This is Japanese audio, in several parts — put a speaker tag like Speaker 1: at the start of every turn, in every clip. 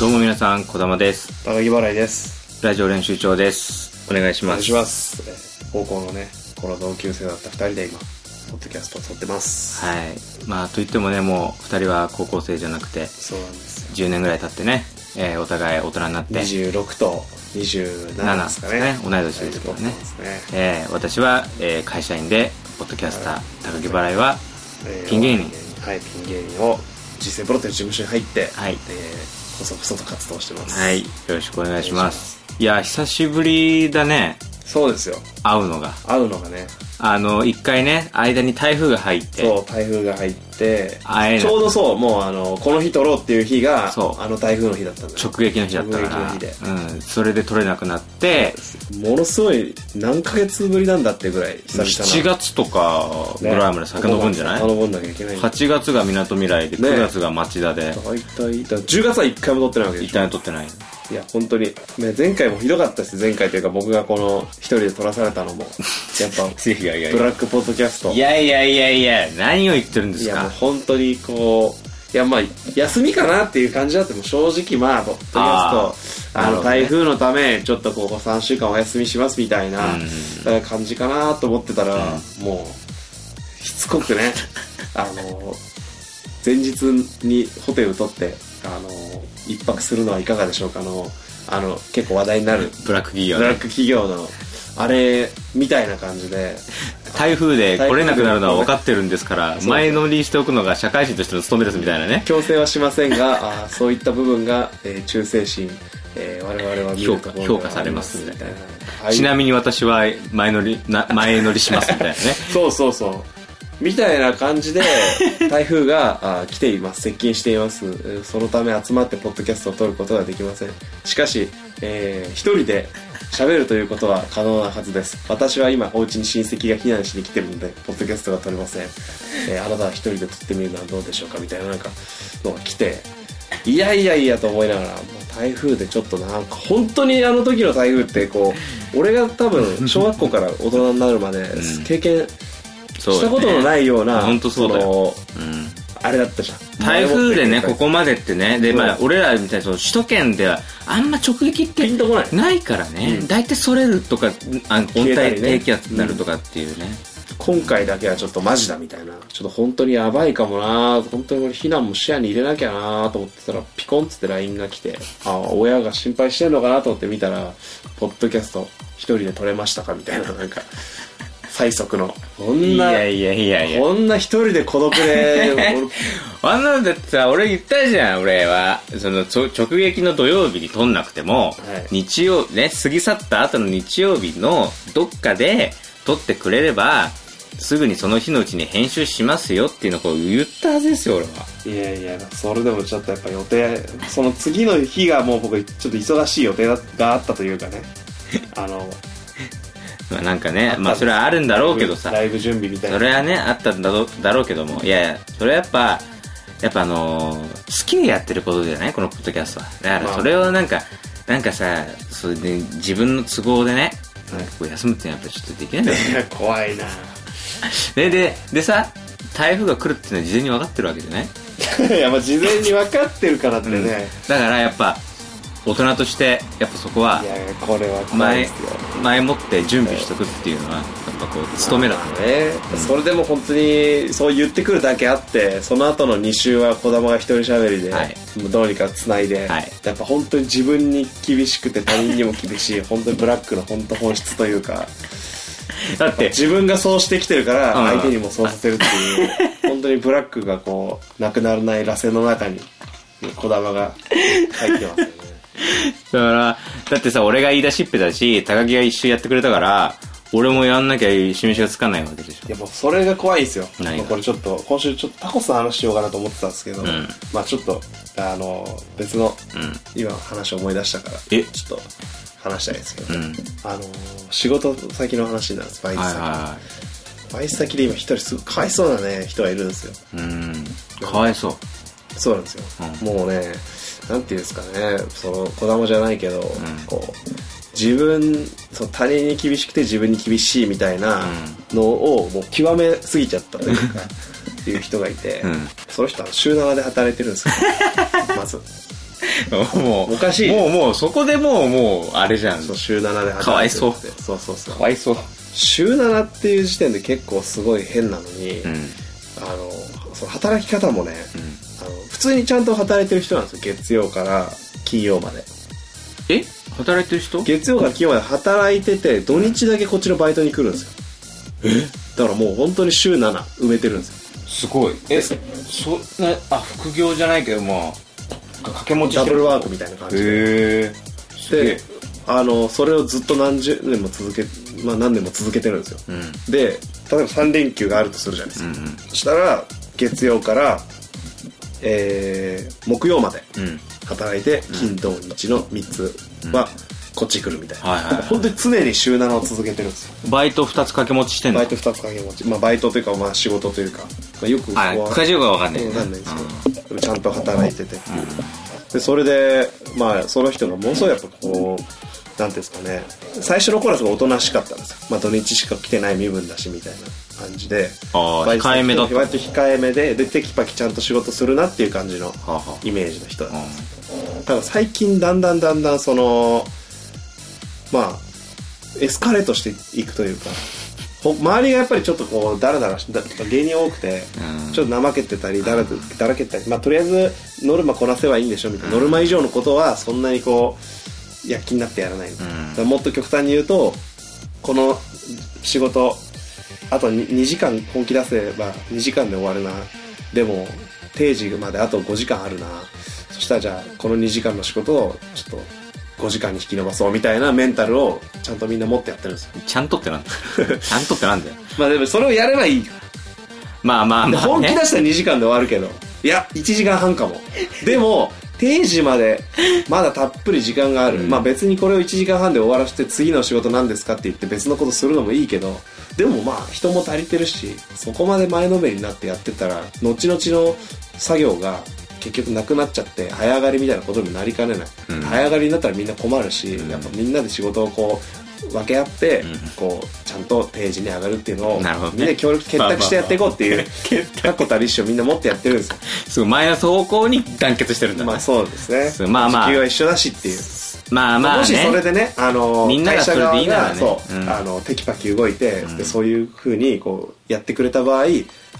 Speaker 1: どうも皆さん、こだまです。
Speaker 2: 高木払いです。
Speaker 1: ラジオ練習長です。お願いし
Speaker 2: お
Speaker 1: ま
Speaker 2: 願い
Speaker 1: す。
Speaker 2: します。えー高校のね、この同級生だった二人で今、ポッドキャストを撮ってます。
Speaker 1: はい。まあ、といってもね、もう、二人は高校生じゃなくて、
Speaker 2: そうなんですよ。
Speaker 1: 10年ぐらい経ってね、えーお互い大人になって、
Speaker 2: 26と27ですかね。
Speaker 1: ですね同い年ですけどね
Speaker 2: 同い年ですね
Speaker 1: えー私は、えー会社員で、ポッドキャスター、高木払いは、
Speaker 2: えー
Speaker 1: ピン芸人
Speaker 2: はい、ピン芸人を、実践プロという事務所に入って、
Speaker 1: はい
Speaker 2: えー細々と活動してます。
Speaker 1: はい。よ。ろしくお願いします。
Speaker 2: お
Speaker 1: いや、久しぶりだね、
Speaker 2: そうですよ。
Speaker 1: 会うのが。
Speaker 2: 会うのがね、
Speaker 1: あの、一回ね、間に台風が入って、
Speaker 2: そう、台風が入って、
Speaker 1: 会え
Speaker 2: ちょう
Speaker 1: ない
Speaker 2: どそう、もうあの、この日撮ろうっていう日が、
Speaker 1: そう
Speaker 2: あの台風の日だったんだよ
Speaker 1: 直撃の日だったか
Speaker 2: 直撃の日で
Speaker 1: ら、うん、それで取れなくなって、
Speaker 2: ものすごい何ヶ月ぶりなんだってぐらい久々
Speaker 1: 7
Speaker 2: な
Speaker 1: 月とかぐらいまで遡るんじゃない、
Speaker 2: ね遡んなきゃいけない
Speaker 1: 8月がみなとみらいで
Speaker 2: ね
Speaker 1: 9月が町田で、
Speaker 2: 大体だから10月は1回も撮ってないわけで
Speaker 1: 一
Speaker 2: しょ
Speaker 1: 旦撮ってない
Speaker 2: いや本当にね前回もひどかったし前回というか僕がこの一人で撮らされたのも やっぱ
Speaker 1: いやいやい
Speaker 2: ブ
Speaker 1: や
Speaker 2: ラックポッドキャスト
Speaker 1: いやいやいやいや何を言ってるんで
Speaker 2: い
Speaker 1: す
Speaker 2: やもう
Speaker 1: か
Speaker 2: 本当にこういやまあ休みかなっていう感じだってもう正直まあポッドキャスト
Speaker 1: あー
Speaker 2: あの
Speaker 1: なるほ
Speaker 2: 台
Speaker 1: ど
Speaker 2: 風のためちょっとここ3週間お休みしますみたいな
Speaker 1: うん
Speaker 2: だから感じかなと思ってたら、もうしつこ くねあの前日にホテル取ってあの一泊するのはいかがでしょうかのあの結構話題になる
Speaker 1: ブラック企業
Speaker 2: ブラッ
Speaker 1: ね
Speaker 2: ク企業のあれみたいな感じで
Speaker 1: 台風で来れなくなるのは分かってるんですから
Speaker 2: そう
Speaker 1: 前乗りしておくのが社会人としての務めですみたいなね
Speaker 2: 強制はしませんがあーそういった部分が、えー忠誠心、えー我々は見る
Speaker 1: 評価
Speaker 2: ところ
Speaker 1: 評
Speaker 2: で
Speaker 1: 価
Speaker 2: は
Speaker 1: さ
Speaker 2: あ
Speaker 1: れ
Speaker 2: り
Speaker 1: ますみたいな
Speaker 2: ああいう
Speaker 1: ちなみに私は前乗りな 前乗りしますみ たいなね
Speaker 2: そうそうそうみたいな感 じで台風があー来ています接近していますえーそのため集まってポッドキャストを撮ることができませんしかし、えー一人で喋るということは可能なはずです私は今お家に親戚が避難しに来てるのでポッドキャストが撮れません、えーあなたは一人で撮ってみるのはどうでしょうかみたいななんかのが来ていやいやいやと思いながら、もう台風でちょっとなんか、本当にあの時の台風って、こう、俺が多分、小学校から大人になるまで
Speaker 1: ん、
Speaker 2: 経験
Speaker 1: そう、
Speaker 2: したことのないいような、
Speaker 1: 本当そうだよ
Speaker 2: そ
Speaker 1: うん
Speaker 2: のあれだったじゃん。
Speaker 1: 台風でねここまでってねでまあ
Speaker 2: そう
Speaker 1: 俺らみたいにその首都圏ではあんま直撃って
Speaker 2: ピンとこない
Speaker 1: ないからね
Speaker 2: うん
Speaker 1: 大体それるとかあの温
Speaker 2: 消え
Speaker 1: 帯
Speaker 2: たりね
Speaker 1: 低気圧になるとかっていうね
Speaker 2: 今回だけはちょっとマジだみたいな。ちょっと本当にやばいかもな本当にこれ避難も視野に入れなきゃなと思ってたら、ピコンっつって LINE が来て、あ、親が心配してんのかなと思って見たら、ポッドキャスト一人で撮れましたかみたいな、なんか、最速の。こん
Speaker 1: い
Speaker 2: な、
Speaker 1: やいやいやいや
Speaker 2: こんな一人で孤 独で、俺
Speaker 1: あんなのだってさ俺言ったじゃん俺はそのちょ直撃の土曜日に撮んなくても、
Speaker 2: はい
Speaker 1: 日曜ね過ぎ去った後の日曜日のどっかで撮ってくれればすぐにその日のうちに編集しますよっていうのをこう言ったはずですよ俺はい
Speaker 2: やいや、それでもちょっとやっぱ予定、その次の日がもう僕、ちょっと忙しい予定だがあったというかね、あの、
Speaker 1: まあなんか
Speaker 2: あっ
Speaker 1: ね
Speaker 2: たんです
Speaker 1: まあ それはあるんだろうけどさ
Speaker 2: ライブ準備みたいな。
Speaker 1: それはねあったんだろだろうけどもいやいやそれはやっぱやっぱあのー好きでやってることじゃないこのポッドキャストはだか
Speaker 2: ま
Speaker 1: ら
Speaker 2: あ
Speaker 1: それをなんか、なんかさそれで自分の都合でね
Speaker 2: はい
Speaker 1: なんかこう休むっていうのはやっぱちょっとできないんだよね
Speaker 2: いや怖いな
Speaker 1: でででさ台風が来るっていうのは事前に分かってるわけじゃない、
Speaker 2: いやまあ事前に分かってるからってね、
Speaker 1: うん
Speaker 2: い
Speaker 1: だからやっぱ大人としてやっぱそこは
Speaker 2: やいやこれは怖い
Speaker 1: 前
Speaker 2: ですよ
Speaker 1: 前もって準備しとくっていうのはやっぱこう務めだと思
Speaker 2: まあね、それでも本当にそう言ってくるだけあってその後の2週は児玉が一人喋りで、
Speaker 1: はい
Speaker 2: もうどうにかつないで、
Speaker 1: はい
Speaker 2: やっぱ本当に自分に厳しくて他人にも厳しい 本当にブラックの本当本質というか
Speaker 1: うだって
Speaker 2: 自分がそうしてきてるから
Speaker 1: うん
Speaker 2: 相手にもそうさせるっていう、本当にブラックがこうなくならない螺旋の中に児玉が入ってますよね
Speaker 1: だから、だってさ、俺が言い出しっぺだし、高木が一周やってくれたから、俺もやんなきゃ示しがつかないわけでし
Speaker 2: いやもうそれが怖いんですよ。
Speaker 1: 何が
Speaker 2: まあこれちょっと、今週ちょっとタコスの話しようかなと思ってたんですけど、
Speaker 1: ん
Speaker 2: まあちょっと、あの、別の、
Speaker 1: ょ。うん。
Speaker 2: 今話を思い出したから、
Speaker 1: え
Speaker 2: ちょっと話したいんですけど、
Speaker 1: うん。
Speaker 2: あの、仕事先の話なんです、バイト
Speaker 1: はい
Speaker 2: 先。
Speaker 1: は
Speaker 2: バイト先で今一人すごいかわいそうなね、人がいるんですよ。
Speaker 1: い。うん。かわいそう。
Speaker 2: そうなんですよ。もうね、なんていうんですかね、その、子供じゃないけど、こう、自分、そう他人に厳しくて自分に厳しいみたいなのを、もう極めすぎちゃった というか、っていう人がいて、
Speaker 1: うん
Speaker 2: その人は週7で働いてるんですよ。まず。
Speaker 1: もう、
Speaker 2: おかしい
Speaker 1: もうもう、そこでもう、もう、あれじゃん。
Speaker 2: そう週7で働いてるって
Speaker 1: かわいそう
Speaker 2: そうそうそう
Speaker 1: かわいそう。
Speaker 2: 週7っていう時点で結構すごい変なのに、
Speaker 1: うん。うん。
Speaker 2: あのその働き方もねあの普通にちゃんと働いてる人なんですよ月曜から金曜まで
Speaker 1: え働いてる人
Speaker 2: 月曜から金曜まで働いてて土日だけこっちのバイトに来るんですよえだからもう本当に週7埋めてるんですよ
Speaker 1: すごい。え、そんな、あ、副業じゃないけど、まあ、掛け持ち
Speaker 2: ダ
Speaker 1: して
Speaker 2: ブ
Speaker 1: る
Speaker 2: ルワークみたいな感じで
Speaker 1: へえ。すげ
Speaker 2: で
Speaker 1: え。
Speaker 2: あのそれをずっと何十年も続け、まあ、何年も続けてるんですよ
Speaker 1: うん。うん
Speaker 2: で例えば3連休があるとするじゃないですか、
Speaker 1: うん。
Speaker 2: そしたら月曜から、えー木曜まで
Speaker 1: うん。
Speaker 2: 働いて金土日の3つはこっち来るみたいな、
Speaker 1: はいはいはい
Speaker 2: 本当に常に週7を続けてるんですよ
Speaker 1: バイト二つ掛け持ちしてんの
Speaker 2: バイト2つ掛け持ち、まあ、バイトというかまあ仕事というか、まあ、よくここ
Speaker 1: あ、
Speaker 2: は
Speaker 1: 会場がわかんない。
Speaker 2: わかんないんですけどでもちゃんと働いてて、でそれでまあその人がものすごいやっぱこうなんていうんですかね最初の頃はすごいおとなしかったんですよ、まあ、土日しか来てない身分だしみたいな感じで
Speaker 1: あー
Speaker 2: バイト
Speaker 1: 控えめだった
Speaker 2: 割と控えめででテキパキちゃんと仕事するなっていう感じの
Speaker 1: はあはあ
Speaker 2: イメージの人だったんですよ
Speaker 1: う
Speaker 2: ただ最近だんだんだんだんそのまあエスカレートしていくというかほ周りがやっぱりちょっとこうダラダラしだ芸人多くて、
Speaker 1: うん
Speaker 2: ちょっと怠けてたりだらだらけてたり、まあ、とりあえずノルマこなせばいいんでしょみたいな、ノルマ以上のことはそんなにこう躍起になってやらないみたいな、
Speaker 1: うん
Speaker 2: だからもっと極端に言うとこの仕事あと 2, 時間本気出せば2時間で終わるなでも定時まであと5時間あるなそしたらじゃあこの2時間の仕事をちょっと5時間に引き延ばそうみたいなメンタルをちゃんとみんな持ってやってるんですよ
Speaker 1: んちゃんとってなんだ よちゃんとってなんだよ。
Speaker 2: まあでもそれをやればいい
Speaker 1: まあまあ
Speaker 2: で
Speaker 1: まあ、
Speaker 2: 本気
Speaker 1: ね。
Speaker 2: 出したら2時間で終わるけど。いや、1時間半かも。でも、定時まで、まだたっぷり時間がある。
Speaker 1: うん
Speaker 2: まあ別にこれを1時間半で終わらせて次の仕事何ですかって言って別のことするのもいいけど、でもまあ人も足りてるし、そこまで前のめりになってやってたら、後々の作業が結局なくなっちゃって、早上がりみたいなことになりかねない。
Speaker 1: うん
Speaker 2: 早上がりになったらみんな困るし、
Speaker 1: うん
Speaker 2: やっぱみんなで仕事をこう、分け合って、
Speaker 1: うん
Speaker 2: こう、ちゃんと定時に上がるっていうのを、
Speaker 1: なるほどね
Speaker 2: みんな協力、結託してやっていこうっていう、確固たる意思をみんな持ってやってるんです
Speaker 1: すごい、マイナス方向に団結してるんだ
Speaker 2: よ。
Speaker 1: な
Speaker 2: まあそうです
Speaker 1: そ
Speaker 2: ね。
Speaker 1: うまあまあ
Speaker 2: 地球は一緒だしっていう。
Speaker 1: まあまあね。
Speaker 2: もしそれでね、あの、
Speaker 1: みんなが
Speaker 2: 会社
Speaker 1: それでいいならね
Speaker 2: 側がそう、
Speaker 1: うん
Speaker 2: あの、テキパキ動いて、でそういうふうに、こう、やってくれた場合、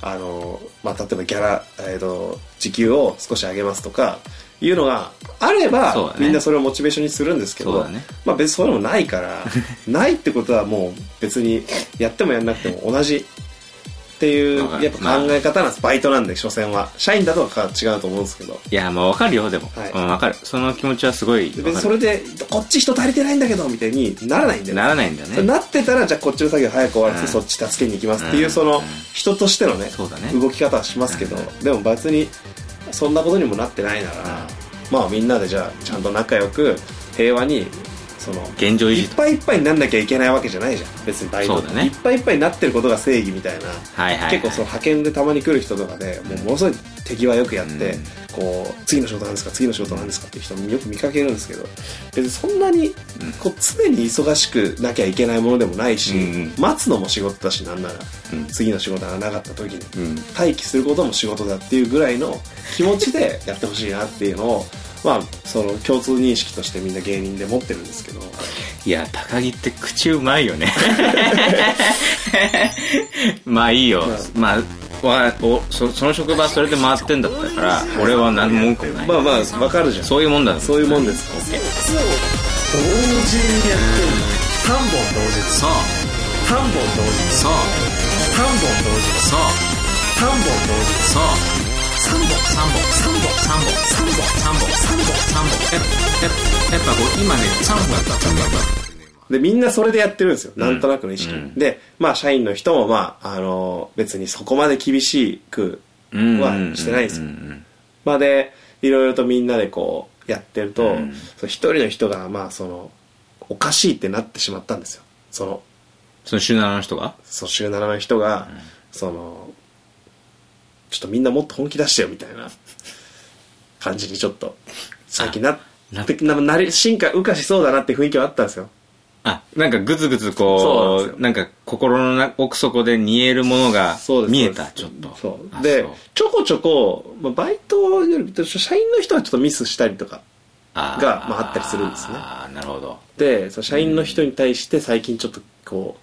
Speaker 2: あの、まあ、例えばギャラ、えっ、と、時給を少し上げますとか、いうのがあれば、
Speaker 1: そうだね
Speaker 2: みんなそれをモチベーションにするんですけ
Speaker 1: そう
Speaker 2: ど、
Speaker 1: だね
Speaker 2: まあ別にそういうのもない から、ないってことはもう別にやってもやんなくても同じっていう
Speaker 1: わか、る
Speaker 2: やっぱ考え方なんです。バイトなんで、所詮は。社員だとはか違うと思うんですけど。
Speaker 1: いや、まあわかるよ、でも。
Speaker 2: はい
Speaker 1: うん、わかる。その気持ちはすごいわか
Speaker 2: で
Speaker 1: る。
Speaker 2: 別にそれで、こっち人足りてないんだけど、みたいにならないんだよね
Speaker 1: ならないんだよね。
Speaker 2: なってたらじゃあこっちの作業早く終わらせて、
Speaker 1: うん
Speaker 2: そっち助けに行きますっていう、
Speaker 1: うん
Speaker 2: その人としてのね
Speaker 1: そうだね
Speaker 2: 動き方はしますけど、でも別にそんなことにもなってないなら、まあみんなでじゃあちゃんと仲良く平和にその
Speaker 1: 現状維
Speaker 2: い
Speaker 1: 持
Speaker 2: っ
Speaker 1: と。
Speaker 2: ぱいいっぱいになんなきゃいけないわけじゃないじゃん別にバイト
Speaker 1: そうだね
Speaker 2: いっぱいいっぱいになってることが正義みたいな、
Speaker 1: はいはいはい。
Speaker 2: 結構その派遣でたまに来る人とかでもうものすごい手際よくやって、
Speaker 1: うん
Speaker 2: こう次の仕事なんですか次の仕事なんですかっていう人もよく見かけるんですけど別にそんなにこう常に忙しくなきゃいけないものでもないし、
Speaker 1: うんうん
Speaker 2: 待つのも仕事だしなんなら、
Speaker 1: うん
Speaker 2: 次の仕事がなかった時に
Speaker 1: うん。
Speaker 2: 待機することも仕事だっていうぐらいの気持ちでやってほしいなっていうのを。 まあ、その共通認識としてみんな芸人で持ってるんですけど
Speaker 1: いや、高木って口うまいよね。 まあいいよ。まあ、わおそその職場それで回ってんだったから、俺は何も文句もない。
Speaker 2: まあまあわかるじゃんそ
Speaker 1: そういうもんだ
Speaker 2: ういうもんですから
Speaker 3: 同時にやってる3本同時そう3本同時そう3本同時そう3本同時そう3本3本3本3本3本3本3本3本やっぱこう今ね3本だった3本だった
Speaker 2: で、みんなそれでやってるんですよ。なんとなくの意識。
Speaker 1: うん
Speaker 2: で、まあ、社員の人も、まあ、あの別にそこまで厳しく
Speaker 1: うん
Speaker 2: はしてないですよ
Speaker 1: うんうん
Speaker 2: まあで、いろいろとみんなでこう、やってると、
Speaker 1: うん
Speaker 2: その一人の人が、まあ、その、おかしいってなってしまったんですよ。その、
Speaker 1: その集団の人が
Speaker 2: その週7の人が、その、ちょっとみんなもっと本気出してよ、みたいな感じにちょっと、最近な
Speaker 1: な
Speaker 2: って、な、なり、進化、うかしそうだなって雰囲気はあったんですよ。
Speaker 1: あ、なんかぐつぐつ
Speaker 2: そうなん
Speaker 1: こう、な
Speaker 2: ですよ
Speaker 1: んか心のな奥底で煮えるものが
Speaker 2: そうです
Speaker 1: 見え
Speaker 2: そ
Speaker 1: た、
Speaker 2: うです
Speaker 1: ちょっと。
Speaker 2: そう
Speaker 1: あ
Speaker 2: で
Speaker 1: そう
Speaker 2: ちょこちょこ、まあ、バイトより社員の人はちょっとミスしたりとか
Speaker 1: あー
Speaker 2: がまああったりするんですね
Speaker 1: あーなるほど。
Speaker 2: でその社員の人に対して最近ちょっとこ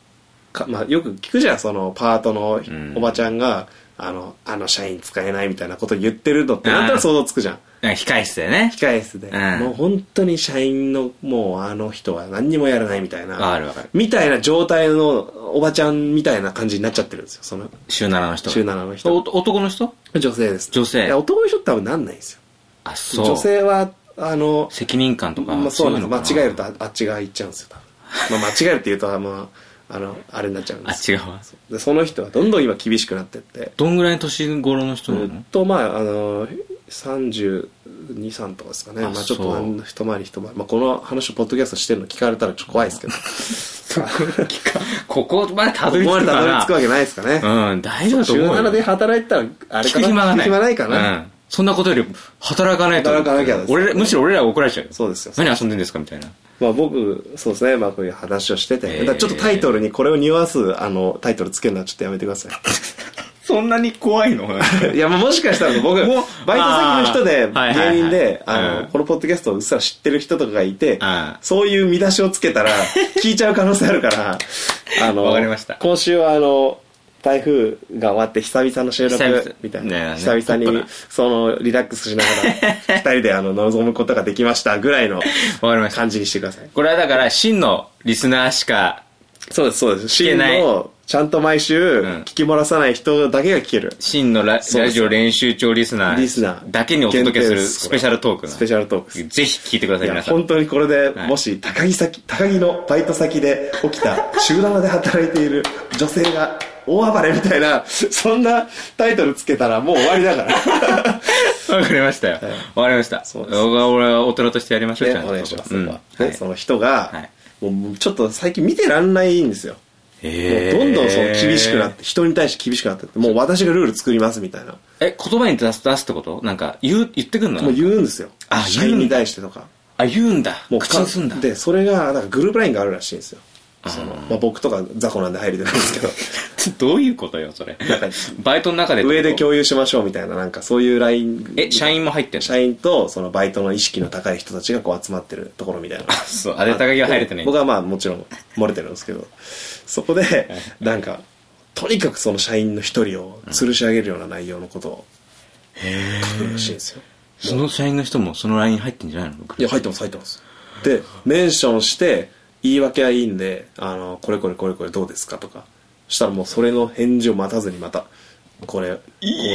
Speaker 2: うか、まあ、よく聞くじゃんそのパートの
Speaker 1: ん
Speaker 2: おばちゃんが、あのあの社員使えないみたいなこと言ってるのってなんとなく想像つくじゃん
Speaker 1: なんか控え室でね。
Speaker 2: 控え室で、
Speaker 1: うん
Speaker 2: もう本当に社員のもうあの人は何にもやらないみたい
Speaker 1: わか
Speaker 2: な
Speaker 1: るわかる。
Speaker 2: みたいな状態のおばちゃんみたいな感じになっちゃってるんですよその
Speaker 1: 週7の人。
Speaker 2: 週7の人
Speaker 1: お男の人
Speaker 2: 女性です
Speaker 1: 女性
Speaker 2: いや男の人って多分なんないんですよ
Speaker 1: あ、そう。
Speaker 2: 女性はあの
Speaker 1: 責任感とか。
Speaker 2: まあ、そうなん
Speaker 1: い
Speaker 2: で
Speaker 1: のか
Speaker 2: す間違えるとああっち側行っちゃうんですよ多分、まあ、間違えるって言うと、まあ、あのあれになっちゃうん
Speaker 1: あ
Speaker 2: で
Speaker 1: っ
Speaker 2: す
Speaker 1: ち
Speaker 2: よ
Speaker 1: 側。
Speaker 2: でその人はどんどん今厳しくなってって
Speaker 1: どんぐらいの年頃の人な
Speaker 2: ず
Speaker 1: の、
Speaker 2: っとまああの323とかですかね
Speaker 1: あ
Speaker 2: まあ、ちょっ
Speaker 1: そう
Speaker 2: とあの一回り一回り、まあ、この話をポッドキャストしてるの聞かれたらちょっと怖いですけど
Speaker 1: ここまでたどり
Speaker 2: 思
Speaker 1: 着
Speaker 2: われ
Speaker 1: くか
Speaker 2: た
Speaker 1: ら
Speaker 2: どり
Speaker 1: な
Speaker 2: 着くわけないですかね、
Speaker 1: うん、大丈夫だと思うよ。
Speaker 2: 17で働いてたらあれ
Speaker 1: 聞
Speaker 2: か
Speaker 1: く
Speaker 2: な
Speaker 1: 暇がない。
Speaker 2: 聞く暇ないかな、
Speaker 1: うん。そんなことより、働かないと。
Speaker 2: 働かなきゃですね
Speaker 1: 俺ら、むしろ俺らが怒られちゃうよ。
Speaker 2: そうですよ
Speaker 1: 何遊んでんですかみたいな。
Speaker 2: まあ僕、そうですね、まあこういう話をしてて、
Speaker 1: えー
Speaker 2: だからちょっとタイトルにこれを匂わす、あの、タイトルつけるのはちょっとやめてくださ
Speaker 1: そんなに怖 いの
Speaker 2: い。いや、まあもしかしたら僕、バイ
Speaker 1: もう
Speaker 2: ト先の人で、
Speaker 1: あーはいはいはい
Speaker 2: 芸人で、あ
Speaker 1: うん
Speaker 2: の、このポッドキャストをうっすら知ってる人とかがいて
Speaker 1: うん、
Speaker 2: そういう見出しをつけたら、聞いちゃう可能性ある から、あの、
Speaker 1: わかりました
Speaker 2: 今週はあの、台風が終わって久々の収
Speaker 1: 久々
Speaker 2: 録みたいな、
Speaker 1: ね
Speaker 2: 久々
Speaker 1: ポップ
Speaker 2: に
Speaker 1: な
Speaker 2: そのリラックスしなが ら二人であの望むことができましたぐらいの
Speaker 1: わかりました。
Speaker 2: 感じにしてください。
Speaker 1: これはだから、真のリスナーしか、
Speaker 2: そうです、そうです。
Speaker 1: け
Speaker 2: 真
Speaker 1: ない
Speaker 2: の、ちゃんと毎週、
Speaker 1: ん
Speaker 2: 聞き漏らさない人だけが聞ける。
Speaker 1: 真のラ
Speaker 2: そう
Speaker 1: ラ
Speaker 2: です
Speaker 1: ジオ練習長リスナ
Speaker 2: リスナ
Speaker 1: ー
Speaker 2: ー
Speaker 1: だけにお届けする
Speaker 2: 限定です
Speaker 1: スペシャルトークな
Speaker 2: スペシャルトークです。
Speaker 1: ぜひ聞いてください、
Speaker 2: いや、
Speaker 1: 皆さん
Speaker 2: 本。当にこれで、
Speaker 1: はい
Speaker 2: もし、高木先、高木のバイト先で起きた、集団で働いている女性が大暴れみたいな、そんなタイトルつけたらもう終わりだから。
Speaker 1: わかりましたよ。わかりました。
Speaker 2: そうです
Speaker 1: 俺は俺は大人としてやりましょう、ちゃん
Speaker 2: ね、
Speaker 1: と
Speaker 2: お願いします。
Speaker 1: うん
Speaker 2: そこは
Speaker 1: は
Speaker 2: ね
Speaker 1: い
Speaker 2: その人が、
Speaker 1: はい
Speaker 2: もうちょっと最近見てらんないんですよ。もう
Speaker 1: へー
Speaker 2: どんどんその厳しくなって、人に対して厳しくなってって、もう私がルール作りますみたいな。
Speaker 1: え、言葉に出す出すってことなんか、言う、言ってくんの
Speaker 2: もう言うんですよ。
Speaker 1: あ
Speaker 2: 社員に対してとか。
Speaker 1: あ、言うんだ。
Speaker 2: もう
Speaker 1: 口にすんだ。
Speaker 2: でそれがなんかグループラインがあるらしいんですよその、まあ、僕とか雑魚なんで入れてないんですけど
Speaker 1: どういうことよ、それ
Speaker 2: なんか。
Speaker 1: バイトの中で。
Speaker 2: 上で共有しましょうみたいななんかそういうライン
Speaker 1: え、社員も入ってんの
Speaker 2: 社員とそのバイトの意識の高い人たちがこう集まってるところみたいな
Speaker 1: そう、あれ高木は入れてない。
Speaker 2: 僕はまあもちろん漏れてるんですけどそこでなんかとにかくその社員の一人を吊るし上げるような内容のことを書くらしいんですよ
Speaker 1: その社員の人もその LINE 入ってんじゃないの
Speaker 2: いや、入ってます、入ってます。で、メンションして、言い訳はいいんで、あの、これこれこれこれどうですかとか。そしたらもうそれの返事を待たずにまた、これ、こ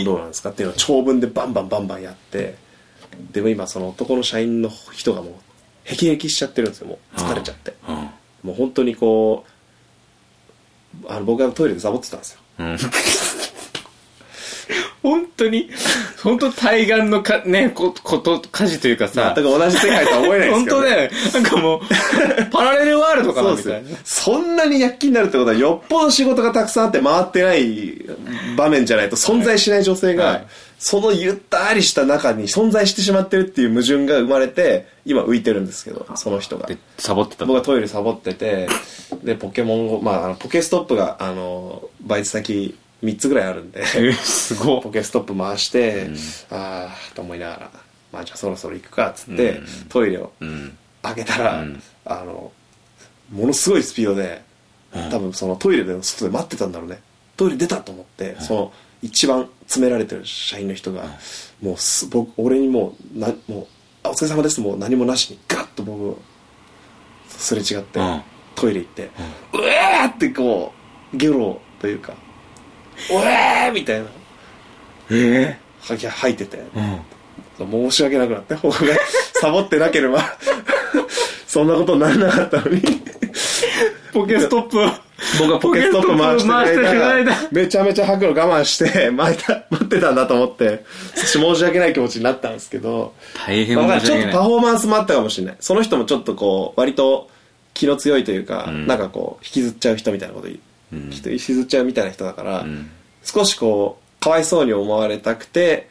Speaker 2: うどうなんですかっていうのを長文でバンバンバンバンやって、でも今その男の社員の人がもう、へきへきしちゃってるんですよ、もう。疲れちゃって。
Speaker 1: うん。
Speaker 2: もう本当にこう、あの、僕がトイレでサボってたんですよ。
Speaker 1: うん。 本当に、本当対岸のか、ね、こ、こと、家事というか
Speaker 2: 全
Speaker 1: さ
Speaker 2: く、同じ世界とは思えないです
Speaker 1: 本
Speaker 2: けど、
Speaker 1: 当だよね。なんかもう、 パラレルワールドか
Speaker 2: そ
Speaker 1: な、
Speaker 2: う
Speaker 1: み
Speaker 2: で
Speaker 1: たい
Speaker 2: す
Speaker 1: な
Speaker 2: よ。そんなに躍起になるってことはよっぽど仕事がたくさんあって回ってない場面じゃないと存在しない女性が、
Speaker 1: はい
Speaker 2: そのゆったりした中に存在してしまってるっていう矛盾が生まれて今浮いてるんですけどその人が
Speaker 1: で、サボってた
Speaker 2: 僕
Speaker 1: の。
Speaker 2: はトイレサボっててでポケモンを、まああの、ポケストップがあのバイト先3つぐらいあるんで
Speaker 1: えー、すご
Speaker 2: ポ
Speaker 1: っ。
Speaker 2: ケストップ回して、ああと思いながらまあじゃあそろそろ行くかっつって、
Speaker 1: うん
Speaker 2: トイレを
Speaker 1: うん。
Speaker 2: 開けたら、
Speaker 1: うん
Speaker 2: あのものすごいスピードで、多分そのトイレの外で待ってたんだろうねトイレ出たと思って、その一番詰められてる社員の人が、もうす僕俺にもうなもうあ「お疲れ様です」もう何もなしにガッと僕をすれ違って、
Speaker 1: うん
Speaker 2: トイレ行って「うえー!」ってこうゲロというか「うえー!」みたいな
Speaker 1: え
Speaker 2: 吐き吐いてて。
Speaker 1: ーうん。
Speaker 2: 申し訳なくなって僕が サボってなければ そんなことにならなかったのに
Speaker 1: ポケストップ
Speaker 2: 僕はポケストップ回
Speaker 1: ポケ
Speaker 2: して
Speaker 1: ストップ回して
Speaker 2: る
Speaker 1: る
Speaker 2: 間
Speaker 1: 間
Speaker 2: めちゃめちゃ吐くの我慢して 待た待ってたんだと思って申し訳ない気持ちになったんですけど
Speaker 1: 大変
Speaker 2: まあまあ
Speaker 1: 申し
Speaker 2: ちょっ
Speaker 1: 訳
Speaker 2: と
Speaker 1: な
Speaker 2: パ
Speaker 1: い。
Speaker 2: フォーマンスもあったかもしれないその人もちょっとこう割と気の強いというか、
Speaker 1: ん
Speaker 2: なんかこう引きずっちゃう人みたいなこと言う、
Speaker 1: うん
Speaker 2: 引きずっちゃうみたいな人だから、
Speaker 1: ん
Speaker 2: 少しこうかわいそうに思われた くて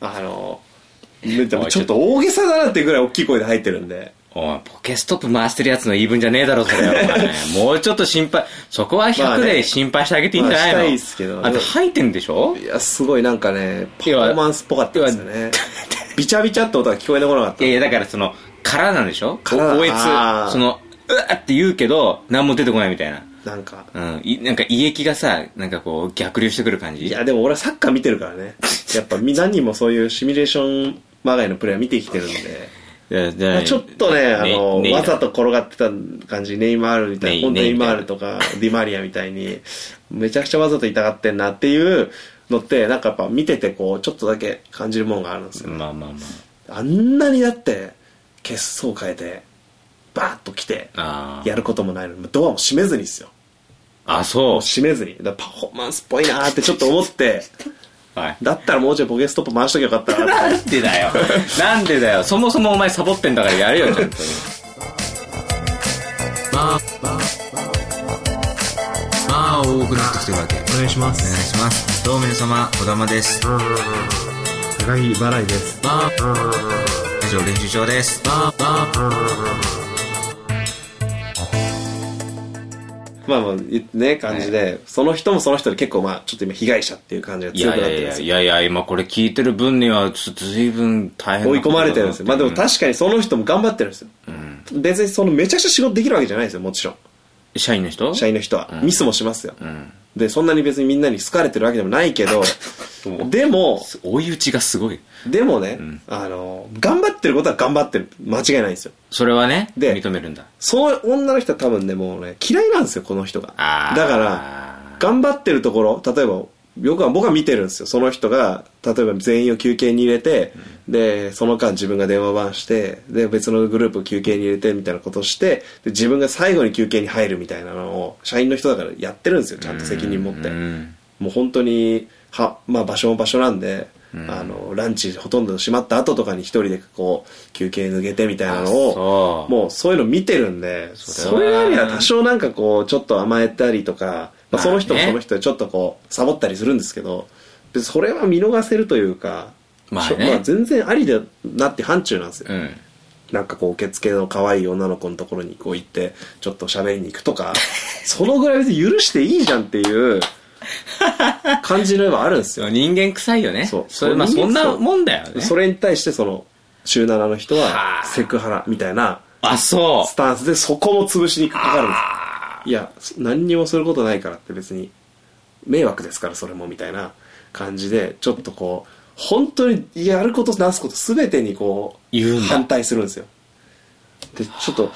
Speaker 2: あのでもちょっと大げさだなっていうぐらい大きい声で入ってるんで
Speaker 1: おい、ポケストップ回してるやつの言い分じゃねえだろ、それは。お 前もうちょっと心配、そこは
Speaker 2: まあ
Speaker 1: 100
Speaker 2: ね
Speaker 1: で心配してあげていいんじゃないの、
Speaker 2: まあしたいっすけどね
Speaker 1: あと、吐いてんでしょ
Speaker 2: いやすごいなんかねパフォーマンスっぽかったですよねビチャビチャって音が聞こえてこなかった
Speaker 1: いやいや、だからその、殻なんでしょ
Speaker 2: 殻
Speaker 1: おえ
Speaker 2: あー
Speaker 1: つ。その、うわーって言うけど、何も出てこないみたいな。
Speaker 2: なんか
Speaker 1: うん。いなんか胃液がさ、なんかこう、逆流してくる感じ。
Speaker 2: いやでも俺はサッカー見てるからねやっぱみ何人もそういうシミュレーションまがいのプレーは見てきてるんで
Speaker 1: いや、じゃ
Speaker 2: まあちょっとね、あの、
Speaker 1: ね
Speaker 2: わざと転がってた感じ、ネイマールみた
Speaker 1: ネ
Speaker 2: いな、
Speaker 1: イ
Speaker 2: 本当にネ
Speaker 1: ネ
Speaker 2: イ
Speaker 1: イ
Speaker 2: マ
Speaker 1: マー
Speaker 2: ール
Speaker 1: ル
Speaker 2: とか、ディマリアみたいに、めちゃくちゃわざと痛がってんなっていうのって、なんかやっぱ見てて、こう、ちょっとだけ感じるものがあるんですよ。
Speaker 1: まあまあま
Speaker 2: あんなにだって、血相変えて、バーッと来て、
Speaker 1: あ。あ
Speaker 2: や
Speaker 1: あ。
Speaker 2: ることもないのに、ドアも閉めずにですよ。
Speaker 1: あ、
Speaker 2: も
Speaker 1: そう
Speaker 2: 閉めずに。だからパフォーマンスっぽいなーってちょっと思って、
Speaker 1: う。はい。
Speaker 2: だったらもうちょいボケストップ回しときゃよかったな
Speaker 1: な
Speaker 2: って。
Speaker 1: んでだよ。なんでだよ。そもそもお前サボってんだからやるよ、ちゃんと。
Speaker 4: まあ、まあ、多くなってきてるわけ。お
Speaker 3: お願いしま
Speaker 4: 願い
Speaker 3: す
Speaker 4: します。どうも皆様、小玉です。
Speaker 3: 高木払いです
Speaker 4: まあ、以上練習場です。まあ、まあ、
Speaker 2: まあまあ、ね、感じで、その人もその人で結構まあ、ちょっと今被害者っていう感じが
Speaker 1: い
Speaker 2: 強
Speaker 1: や
Speaker 2: く
Speaker 1: い
Speaker 2: なっ
Speaker 1: やい
Speaker 2: てるんで
Speaker 1: や
Speaker 2: す
Speaker 1: い
Speaker 2: よ。
Speaker 1: やいや、今これ聞いてる分には、ちょっと随分大変な
Speaker 2: 追い
Speaker 1: ことだ
Speaker 2: 込
Speaker 1: な
Speaker 2: まれてるんですよ。まあでも確かにその人も頑張ってるんですよ。
Speaker 1: うん。
Speaker 2: 別にそのめちゃくちゃ仕事できるわけじゃないですよ、もちろん。
Speaker 1: 社員の人
Speaker 2: 社員の人は。
Speaker 1: うん
Speaker 2: ミスもしますよ。
Speaker 1: うん。
Speaker 2: で、そんなに別にみんなに好かれてるわけでもない けど、でも、
Speaker 1: 追い打ちがすごい。
Speaker 2: でもね、
Speaker 1: ん
Speaker 2: あの、頑張ってることは頑張ってる。間違いないんですよ。
Speaker 1: それはね、
Speaker 2: で
Speaker 1: 認めるんだ。
Speaker 2: その女の人は多分ね、もうね、嫌いなんですよ、この人が。
Speaker 1: あー
Speaker 2: だから、頑張ってるところ、例えば、よくは僕は見てるんですよ。その人が、例えば全員を休憩に入れて、で、その間自分が電話番して、で、別のグループを休憩に入れて、みたいなことをして、で、自分が最後に休憩に入るみたいなのを、社員の人だからやってるんですよ、ちゃんと責任持って
Speaker 1: う。ん。
Speaker 2: もう本当には、まあ、場所も場所なんで、あのランチほとんど閉まった後とかに一人でこう休憩抜けてみたいな
Speaker 1: あ
Speaker 2: のを
Speaker 1: そう
Speaker 2: もうそういうの見てるんでそ
Speaker 1: それ
Speaker 2: れ
Speaker 1: は
Speaker 2: がありゃ多少なんかこうちょっと甘えたりとか、まあ、
Speaker 1: まあね
Speaker 2: その人もその人でちょっとこうサボったりするんですけど別にそれは見逃せるというか、
Speaker 1: まあ
Speaker 2: しょ
Speaker 1: ね
Speaker 2: 全然ありだなって範疇なんですよ、
Speaker 1: うん。
Speaker 2: なんかこう受付の可愛い女の子のところにこう行ってちょっと喋りに行くと かそのぐらい別に許していいじゃんっていう感じの絵はあるんですよ
Speaker 1: 人間臭いよね。
Speaker 2: そう
Speaker 1: それ、まあ
Speaker 2: 人
Speaker 1: そ
Speaker 2: 間
Speaker 1: ん
Speaker 2: 臭い
Speaker 1: なもんだよね。
Speaker 2: それに対してその週7の人
Speaker 1: は
Speaker 2: は
Speaker 1: あ
Speaker 2: セクハラみたいな
Speaker 1: あ、そ
Speaker 2: スタンスでそこも潰しにかかるん
Speaker 1: う。
Speaker 2: です
Speaker 1: あ
Speaker 2: いやそ何にもすることないからって別に迷惑ですからそれもみたいな感じでちょっとこう本当にやることなすこと全てにこう
Speaker 1: 言うんだ
Speaker 2: 反対するんですよでちょっと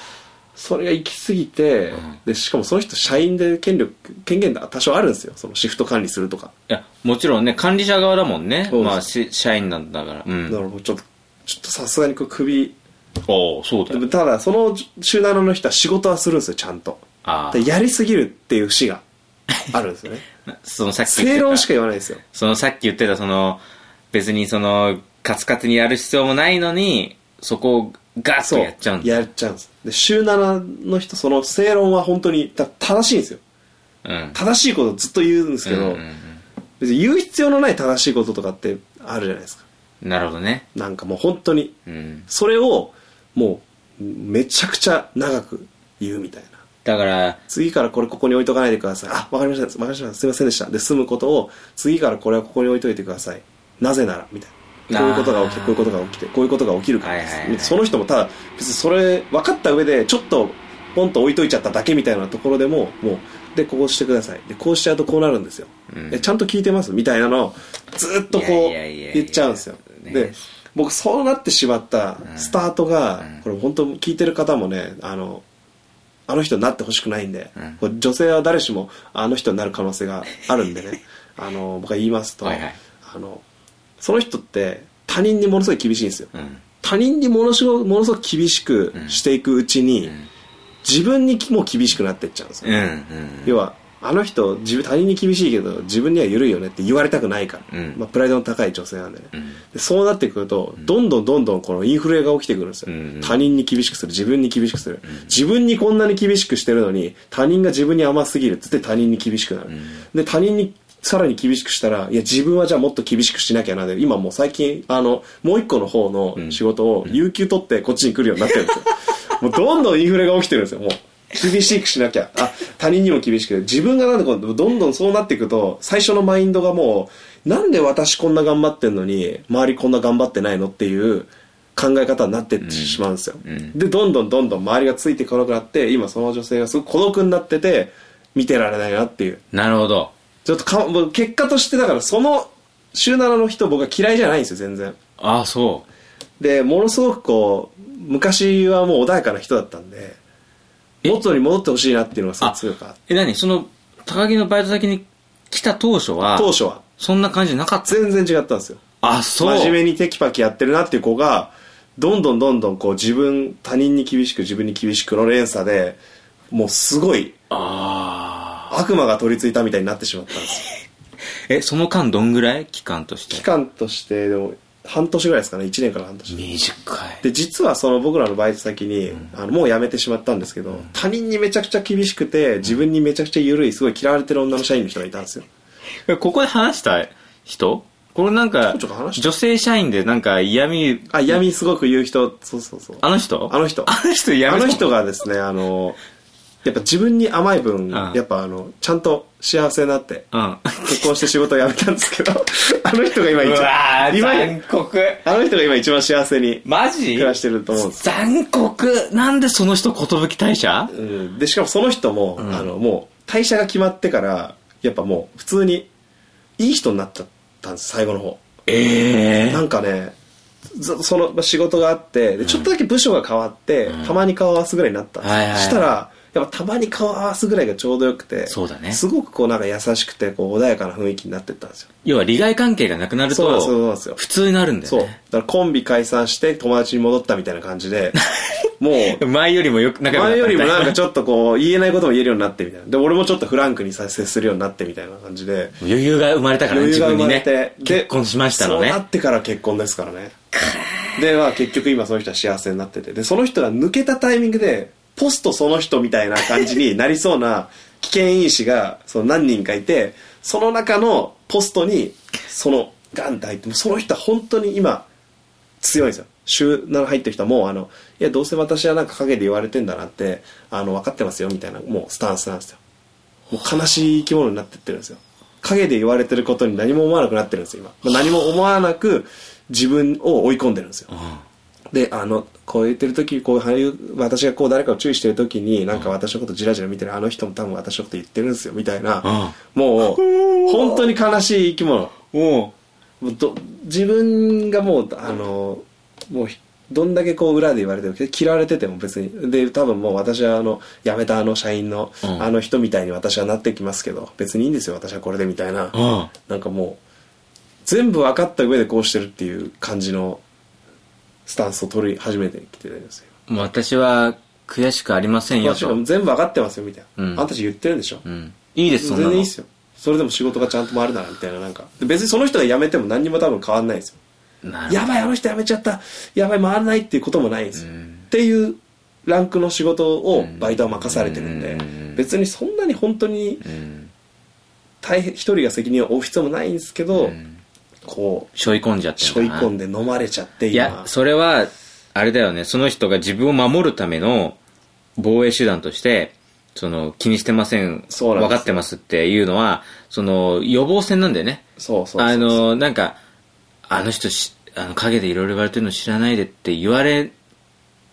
Speaker 2: それが行き過ぎて、
Speaker 1: ん
Speaker 2: でしかもその人社員で権力権限が多少あるんですよそのシフト管理するとか、
Speaker 1: ーいや、もちろんね、管理者側だもんね。
Speaker 2: そう
Speaker 1: まあ、し社員なんだから。う
Speaker 2: だ
Speaker 1: ん。
Speaker 2: からもうちょっとちょっとさすがにこう首
Speaker 1: おおそうだ
Speaker 2: で
Speaker 1: よ
Speaker 2: も。ただその集団の人は仕事はするんですよちゃんと
Speaker 1: あ
Speaker 2: でやりすぎるっていう節があるん ですよね
Speaker 1: あ。そのさっき言って
Speaker 2: 正
Speaker 1: た
Speaker 2: 論しか言わないですよ
Speaker 1: そのさっき言ってたその別にそのカツカツにやる必要もないのにそこをガッとやっちゃうんだ
Speaker 2: やっちゃうんですで週7の人その正論は本当にた正しいんですよ
Speaker 1: うん
Speaker 2: 正しいことをずっと言うんですけど、
Speaker 1: うんうん
Speaker 2: 別に言う必要のない正しいこととかってあるじゃないですか
Speaker 1: うんなるほどね
Speaker 2: なんかもう本当に
Speaker 1: うん
Speaker 2: それをもうめちゃくちゃ長く言うみたいな
Speaker 1: だから
Speaker 2: 次からこれここに置いとかないでください。あ、わかりました。わかりました。すいませんでした。で、済むことを、次からこれはここに置いといてください。なぜなら、みたいな。こういうことが起きて、こういうことが起きて、こういうことが起きるからです。
Speaker 1: はいはいはい
Speaker 2: その人もただ、別にそれ分かった上で、ちょっと、ポンと置いといちゃっただけみたいなところでも、もう、で、こうしてください。で、こうしちゃうとこうなるんですよ。
Speaker 1: うん
Speaker 2: えちゃんと聞いてますみたいなのを、ずーっとこ
Speaker 1: い
Speaker 2: う、
Speaker 1: やいやいやいや
Speaker 2: 言っちゃうんですよ。
Speaker 1: ね
Speaker 2: で、僕、そうなってしまったスタートが、
Speaker 1: うん
Speaker 2: これ本当聞いてる方もね、あの、あの人になってほしくないんで、
Speaker 1: うん
Speaker 2: これ女性は誰しもあの人になる可能性があるん でねあの僕は言いますと、
Speaker 1: はいはい
Speaker 2: あのその人って他人にものすごい厳しいんですよ、
Speaker 1: うん
Speaker 2: 他人にものすごいものすごく厳しくしていくうちに、
Speaker 1: ん
Speaker 2: 自分にも厳しくなってっちゃうんです
Speaker 1: う
Speaker 2: よ、
Speaker 1: んうん
Speaker 2: 要はあの人自分他人に厳しいけど自分には緩いよねって言われたくないから、
Speaker 1: うん
Speaker 2: まあ、プライドの高い女性なんでね、
Speaker 1: うん
Speaker 2: でそうなってくると、どんどんどんどんこのインフレが起きてくるんですよ。
Speaker 1: うん
Speaker 2: 他人に厳しくする、自分に厳しくする、自分にこんなに厳しくしてるのに、他人が自分に甘すぎるっつって他人に厳しくなる。
Speaker 1: ん
Speaker 2: で、他人にさらに厳しくしたら、いや、自分はじゃあもっと厳しくしなきゃなで、今もう最近、あの、もう一個の方の仕事を、有給取ってこっちに来るようになってるん ですよ。もうどんどんインフレが起きてるんですよ、もう。厳しくしなきゃ。あ、他人にも厳しく。自分がなんでこう、どんどんそうなっていくと、最初のマインドがもう、なんで私こんな頑張ってんのに周りこんな頑張ってないのっていう考え方になってってしまうんですよ、
Speaker 1: うん
Speaker 2: でどんどんどんどん周りがついてこなくなって今その女性がすごく孤独になってて見てられないなっていう
Speaker 1: なるほど。
Speaker 2: ちょっとかもう結果としてだからその週7の人僕は嫌いじゃないんですよ全然
Speaker 1: ああ、そ
Speaker 2: でものすごくこう昔はもう穏やかな人だったんで
Speaker 1: え
Speaker 2: 元に戻ってほしいなっていうのがすご
Speaker 1: あ
Speaker 2: く強くあって
Speaker 1: う。え、何その、高木のバイト先に来た当初は、
Speaker 2: 当初は
Speaker 1: そんな感じなかった。
Speaker 2: 全然違ったんですよ
Speaker 1: あ、そう。
Speaker 2: 真面目にテキパキやってるなっていう子がどんどんどんどんこう自分他人に厳しく自分に厳しくの連鎖でもうすごい
Speaker 1: ああ。
Speaker 2: 悪魔が取り付いたみたいになってしまったんですよ
Speaker 1: え、その間どんぐらい期間として
Speaker 2: 期。間としてでも半年ぐらいですかね1年から半年
Speaker 1: 短い。
Speaker 2: で実はその僕らのバイト先に、あのもう辞めてしまったんですけど、他人にめちゃくちゃ厳しくて自分にめちゃくちゃ緩いすごい嫌われてる女の社員の人がいたんですよ
Speaker 1: えここで話した人これなんか
Speaker 2: ょっと話した
Speaker 1: 女性社員でなんか嫌味
Speaker 2: あ嫌味すごく言う人そうそうそう
Speaker 1: あの人
Speaker 2: あの人
Speaker 1: あの人嫌
Speaker 2: あ
Speaker 1: 味
Speaker 2: の人がですねあのやっぱ自分に甘い分、
Speaker 1: ん
Speaker 2: やっぱあのちゃんと幸せになって
Speaker 1: うん
Speaker 2: 結婚して仕事を辞めたんです けどあの人が 今一
Speaker 1: うわ
Speaker 2: 番
Speaker 1: ー
Speaker 2: 今
Speaker 1: 残酷
Speaker 2: あの人が今一番幸せに、
Speaker 1: マジ
Speaker 2: 暮らしてると思うんです
Speaker 1: 残酷なんでその人寿退社
Speaker 2: うん、でしかもその人も、あのもう退社が決まってからやっぱもう普通にいい人になっちゃったんです最後の方
Speaker 1: ええ
Speaker 2: なんかねずそのまあ仕事があってでちょっとだけ部署が変わって、たまに顔合わすぐらいになったんですよ、
Speaker 1: はいはいはい
Speaker 2: したらやっぱたまに顔合わすぐらいがちょうどよくて
Speaker 1: そうだね
Speaker 2: すごくこうなんか優しくてこう穏やかな雰囲気になってったんですよ
Speaker 1: 要は利害関係がなくなる
Speaker 2: そうなんですよそうなん
Speaker 1: と
Speaker 2: ですよ
Speaker 1: 普通になるんだ
Speaker 2: そうだ
Speaker 1: よ
Speaker 2: か
Speaker 1: ね
Speaker 2: らコンビ解散して友達に戻ったみたいな感 じでもう
Speaker 1: 前よりもよく仲良くなった
Speaker 2: 前よりもなん
Speaker 1: みた
Speaker 2: か
Speaker 1: い
Speaker 2: ちょっとこう言えないことも言えるようになってみたいなで俺もちょっとフランクに接するようになってみたいな感じで
Speaker 1: 余裕が生まれたからね
Speaker 2: 余
Speaker 1: 自
Speaker 2: 裕
Speaker 1: 分
Speaker 2: が生
Speaker 1: に
Speaker 2: まれ
Speaker 1: ね
Speaker 2: て、で
Speaker 1: 結婚しましたのね
Speaker 2: そうなってから結婚ですからねでまあ結局今その人は幸せになっててでその人が抜けたタイミングでポストその人みたいな感じになりそ うな危険因子がその何人かいてその中のポストにそのガンって入ってもうその人は本当に今強いんですよ週7入ってる人はもうあのいやどうせ私はなんか陰で言われてんだなってあの分かってますよみたいなもうスタンスなんですよもう悲しい生き物になってってるんですよ陰で言われてることに何も思わなくなってるんですよ今、まあ何も思わなく自分を追い込んでるんですよであのこう言ってる時こう俳優私がこう誰かを注意してる時になんか私のことじらじら見てるあの人も多分私のこと言ってるんですよみたいなもう本当に悲しい生き物
Speaker 1: おう
Speaker 2: もうど自分がもうあのもうひどんだけこう裏で言われてるけど嫌われてても別にで多分もう私はあの辞めたあの社員の、
Speaker 1: うん
Speaker 2: あの人みたいに私はなってきますけど別にいいんですよ私はこれでみたいな、
Speaker 1: うん
Speaker 2: なんかもう全部分かった上でこうしてるっていう感じのスタンスを取り始めてきてるんですよ
Speaker 1: もう私は悔しくありませんよ
Speaker 2: 私は
Speaker 1: と
Speaker 2: もう全部分かってますよみたいな、
Speaker 1: うん
Speaker 2: あんたたち言ってるんでしょ、
Speaker 1: うんいいですそ
Speaker 2: 全
Speaker 1: んなの
Speaker 2: 然いいっすよそれでも仕事がちゃんと回るならみたいななんかで別にその人が辞めても何にも多分変わんないですよ
Speaker 1: なる
Speaker 2: やばいあの人辞めちゃったやばい回らないっていうこともないんですよ、っていうランクの仕事をバイトは任されてるんで、
Speaker 1: うん
Speaker 2: 別にそんなに本当に
Speaker 1: うん
Speaker 2: 大変一人が責任を負う必要もないんですけど、こう
Speaker 1: 背負い込んじゃって
Speaker 2: し
Speaker 1: る
Speaker 2: ょ
Speaker 1: か
Speaker 2: い
Speaker 1: な
Speaker 2: 込んで飲まれちゃって
Speaker 1: いや
Speaker 2: 今、
Speaker 1: それは、あれだよね、その人が自分を守るための防衛手段として、その、気にしてません、
Speaker 2: そうなんです
Speaker 1: 分かってますっていうのは、その、予防線なんだよね。
Speaker 2: そうそうそうそう
Speaker 1: あの、なんか、あの人し、あの、陰でいろいろ言われてるの知らないでって言われ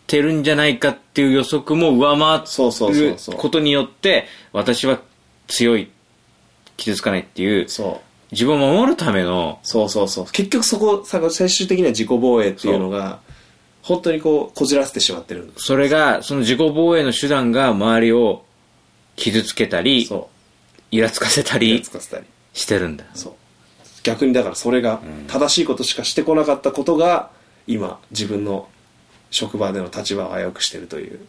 Speaker 1: てるんじゃないかっていう予測も上
Speaker 2: そうそう
Speaker 1: 回
Speaker 2: そう
Speaker 1: る
Speaker 2: そう
Speaker 1: ことによって、私は強い、傷つかないっていう、
Speaker 2: そう
Speaker 1: 自分を守るための、
Speaker 2: そうそうそう結局そこさ最終的には自己防衛っていうのが本当にこうこじらせてしまってるんです
Speaker 1: それが、その自己防衛の手段が周りを傷つけたり、
Speaker 2: そ
Speaker 1: イラつかせた
Speaker 2: うイラ
Speaker 1: り
Speaker 2: つかせたり
Speaker 1: してるんだ。
Speaker 2: そう逆にだからそれが正しいことしかしてこなかったことが今自分の職場での立場を危うくしてるという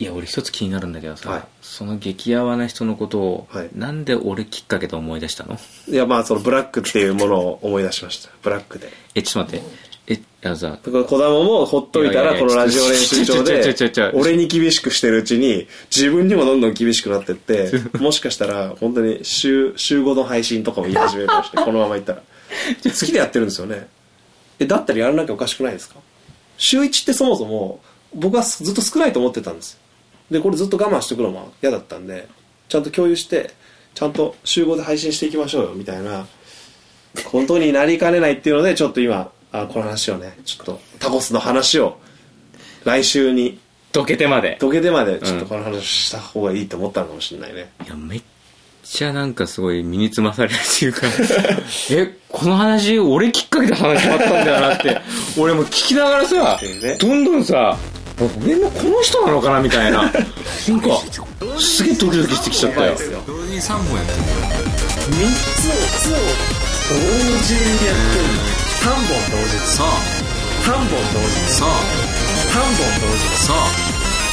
Speaker 1: いや、俺一つ気になるんだけどさ、
Speaker 2: はい
Speaker 1: その激ヤワな人のことを、
Speaker 2: はい
Speaker 1: なんで俺きっかけで思い出したの
Speaker 2: いやまあそのブラックっていうものを思い出しましたブラックで
Speaker 1: え、ちょっと待って。え、あのさ、
Speaker 2: これ小玉もほっといたら
Speaker 1: いやいやい
Speaker 2: こ
Speaker 1: や
Speaker 2: のラジオ練習場で
Speaker 1: ちょちょちょちょちょ
Speaker 2: 俺に厳しくしてるうちに自分にもどんどん厳しくなってってもしかしたら本当に週週5の配信とかも言い始めるかもしれないこのままいったら好きでやってるんですよねえだったらやらなきゃおかしくないですか週1ってそもそも僕はずっと少ないと思ってたんですよでこれずっと我慢しておくのも嫌だったんでちゃんと共有してちゃんと週5で配信していきましょうよみたいなことになりかねないっていうのでちょっと今あこの話をねちょっとタコスの話を来週に
Speaker 1: 溶けてまで。
Speaker 2: どけてまでちょっとこの話をした方がいいと思ったのかもしれないね、
Speaker 1: いや、めっちゃなんかすごい身につまされるっていうか、え、この話、俺きっかけで話変わったんだよなって、俺も聞きながらさ
Speaker 2: そうね、
Speaker 1: どんどんさ、俺のこの人なのかなみたいな、なんか、すげえドキドキしてきちゃったよ。
Speaker 4: 同時に3本やってる
Speaker 3: 同時にやってる3本同時
Speaker 4: そう
Speaker 3: 3本同時
Speaker 4: そう
Speaker 3: 3本同時
Speaker 4: そう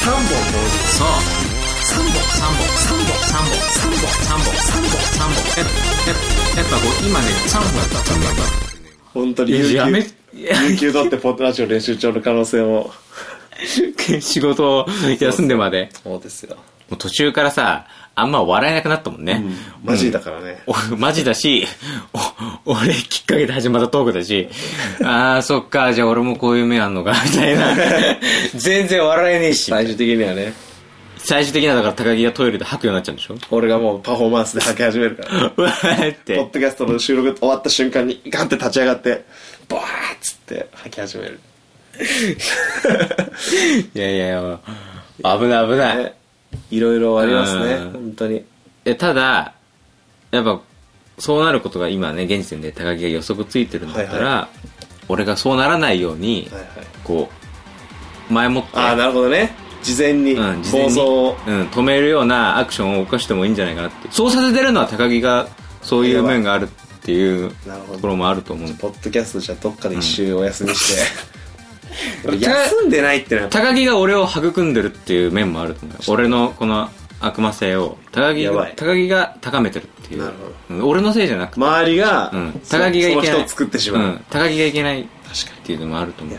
Speaker 3: 3本同時
Speaker 4: そう
Speaker 3: 3本
Speaker 4: 3本3本3本3本3本3本3本ええやっぱこう今ね3本やった3本やった
Speaker 2: 本当に
Speaker 1: い
Speaker 2: 有
Speaker 1: ややめ
Speaker 2: 給、有給取ってポッドラジオ練習帳の可能性も
Speaker 1: 仕事を休んでまで。
Speaker 2: そうですよ
Speaker 1: もう途中からさ、あんま笑えなくなったもんね。
Speaker 2: マジだからね、
Speaker 1: お マジだし、お俺きっかけで始まったトークだし、あー、そっか、じゃあ俺もこういう目あんのか、みたいな。 全然笑えねえし。
Speaker 2: 最終的にはね
Speaker 1: 最終的にはだから高木がトイレで吐くようになっちゃうんでしょ
Speaker 2: 俺がもうパフォーマンスで吐き始めるから
Speaker 1: うわーっ
Speaker 2: ポッド
Speaker 1: て。
Speaker 2: キャストの収録終わった瞬間にガンって立ち上がってバーッつって吐き始める
Speaker 1: いやいやいや、危ない危ない
Speaker 2: ね。いろいろありますね
Speaker 1: うん
Speaker 2: 本当に
Speaker 1: えただ、やっぱ、そうなることが今ね、現時点で高木が予測ついてるんだったら、
Speaker 2: は
Speaker 1: 俺がそうならないように、
Speaker 2: はいはい
Speaker 1: こう、前もって、
Speaker 2: ああなるほどね事前に
Speaker 1: うん、事前
Speaker 2: 放
Speaker 1: に、
Speaker 2: 送
Speaker 1: う
Speaker 2: を
Speaker 1: ん、止めるようなアクションを起こしてもいいんじゃないかなって。そうさせてるのは高木が、そういう面があるっていう
Speaker 2: なるほど
Speaker 1: ところもあると思う。
Speaker 2: ポッドキャストじゃどっかで一周お休 みして、俺休んでないってのは
Speaker 1: 高木が俺を育んでるっていう面もあると思うよ俺のこの悪魔性を高木
Speaker 2: やば
Speaker 1: が
Speaker 2: い
Speaker 1: 高木が高めてるっていう
Speaker 2: なる
Speaker 1: うん俺のせいじゃなくて、
Speaker 2: 周りが、
Speaker 1: うん、
Speaker 2: そ
Speaker 1: 高木がいけない
Speaker 2: その人を作ってしまう、
Speaker 1: ん、高木がいけないっ
Speaker 2: 確かに
Speaker 1: ていうのもあると思う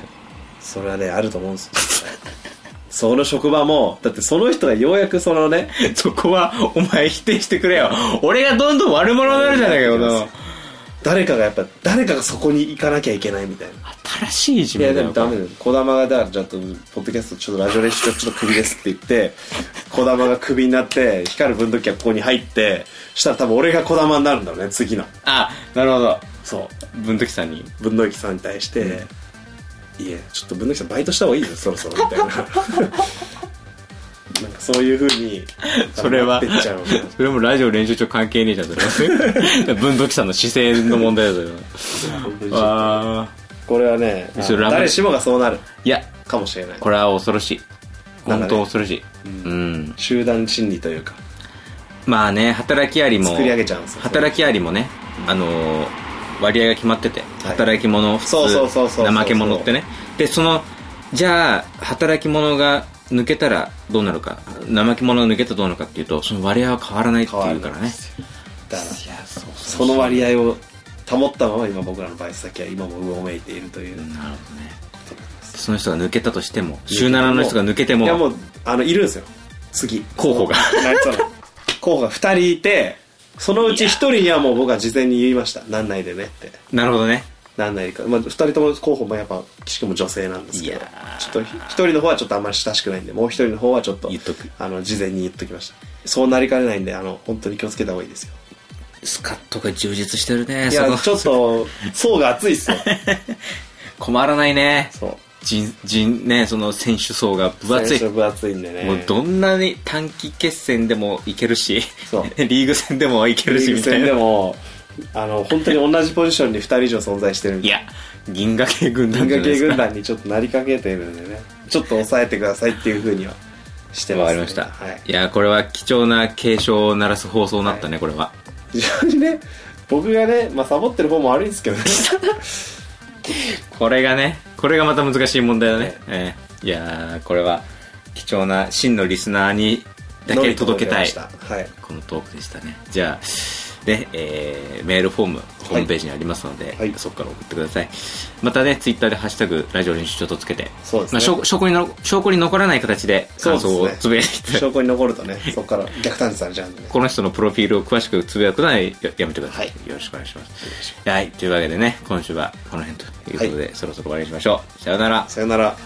Speaker 2: それはねあると思うんですよその職場もだってその人がようやくそのね
Speaker 1: そこはお前否定してくれよ俺がどんどん悪者になるじゃないかよこの
Speaker 2: 誰かがやっぱ誰かがそこに行かなきゃいけないみたいな
Speaker 1: 新しいいじ
Speaker 2: い
Speaker 1: め
Speaker 2: や
Speaker 1: だ
Speaker 2: で
Speaker 1: よ
Speaker 2: もダメだよ児玉がだからちょっとポッドキャストちょっとラジオ練習ちょっとクビですって言って児玉がクビになって光る分度器がここに入ってしたら多分俺が児玉になるんだろうね次の
Speaker 1: あなるほど
Speaker 2: そ
Speaker 1: 文時さんに
Speaker 2: う分度器さんに対して、いやちょっと分度器さんバイトした方がいいよそろそろみたいな なんかそういうふうに
Speaker 1: それは
Speaker 2: なってっちゃう
Speaker 1: それもラジオ練習長関係ねえじゃんそ れ文時さんの姿勢の問題だよ
Speaker 2: 本当
Speaker 1: それ
Speaker 2: に
Speaker 1: はあ
Speaker 2: これはね
Speaker 1: それラム
Speaker 2: 誰しもがそうなる
Speaker 1: ーいや
Speaker 2: かもしれない
Speaker 1: これは恐ろしい
Speaker 2: なんかね
Speaker 1: 本当恐ろしい、うん、
Speaker 2: 集団心理というか
Speaker 1: まあね働きありも
Speaker 2: 作り上げちゃうんですよ
Speaker 1: 働きありもねあのー割合が決まってて、
Speaker 2: はい
Speaker 1: 働き者普通
Speaker 2: そうそうそうそうそう
Speaker 1: 怠け者ってねでそのじゃあ働き者が抜けたらどうなるか怠け者が抜けたらどうなるかっていうとその割合は変わらないっていうからね
Speaker 2: だから
Speaker 1: いやそう
Speaker 2: その割合を保ったまま今僕らのバイト先は今もうごめいているという、
Speaker 1: なるほどねその人が抜けたとしても週7の人が抜けても
Speaker 2: いやもうあのいるんですよ次
Speaker 1: 候補が
Speaker 2: なその候補が2人いてそのうち1人にはもう僕は事前に言いましたなんないでねって
Speaker 1: なるほどね
Speaker 2: なんないでか、まあ、2人とも候補もやっぱしかも女性なんですけど
Speaker 1: いやー
Speaker 2: ちょっと1人の方はちょっとあんまり親しくないんでもう1人の方はちょっと
Speaker 1: 言っとく
Speaker 2: あの事前に言っときましたそうなりかねないんであの本当に気をつけた方がいいですよ
Speaker 1: スカッとが充実してるね
Speaker 2: い
Speaker 1: そ
Speaker 2: や
Speaker 1: の
Speaker 2: ちょっと 層が厚いっすよ
Speaker 1: 困らないね
Speaker 2: そう
Speaker 1: 人人ねその選手層が分厚い
Speaker 2: 最初分厚いんでね
Speaker 1: もうどんなに短期決戦でもいけるし
Speaker 2: そう
Speaker 1: リーグ戦でもいけるし
Speaker 2: リーグ
Speaker 1: みたい
Speaker 2: 戦で
Speaker 1: な
Speaker 2: もあの本当に同じポジションに2人以上存在してるみ
Speaker 1: い
Speaker 2: たい
Speaker 1: や銀河系軍
Speaker 2: な
Speaker 1: 団
Speaker 2: 銀
Speaker 1: じゃ
Speaker 2: 河
Speaker 1: ないで
Speaker 2: 系
Speaker 1: すか
Speaker 2: 軍団にちょっとなりかけてるんでねちょっと抑えてくださいっていうふうにはしてます、ね、
Speaker 1: わかりました、
Speaker 2: はい
Speaker 1: い、、やこれは貴重な警鐘を鳴らす放送になったね、これは
Speaker 2: 非常にね僕がね、まあ、サボってる方も悪いんですけ どね
Speaker 1: これがねこれがまた難しい問題だね、ええいやーこれは貴重な真のリスナーにだけ届けた い
Speaker 2: のみと思ました
Speaker 1: このトークでしたねじゃあで、えーメールフォームホームページにありますので、
Speaker 2: はい
Speaker 1: そこから送ってくださいまたねツイッターで「ハッシュタグラジオ練習帳」とつけて
Speaker 2: そうですね
Speaker 1: まあ、証証拠にの証拠に残らない形で感想
Speaker 2: そう
Speaker 1: を
Speaker 2: ですね
Speaker 1: つぶやい
Speaker 2: はい
Speaker 1: て、
Speaker 2: 証拠に残るとねそこから逆探知されちゃうんでね
Speaker 1: この人のプロフィールを詳しくつぶやくのはややめてください、よ
Speaker 2: は
Speaker 1: ろしくお願いしますはいというわけでね今週はこの辺ということで、そろそろ終わりにしましょうさようなら
Speaker 2: さよなら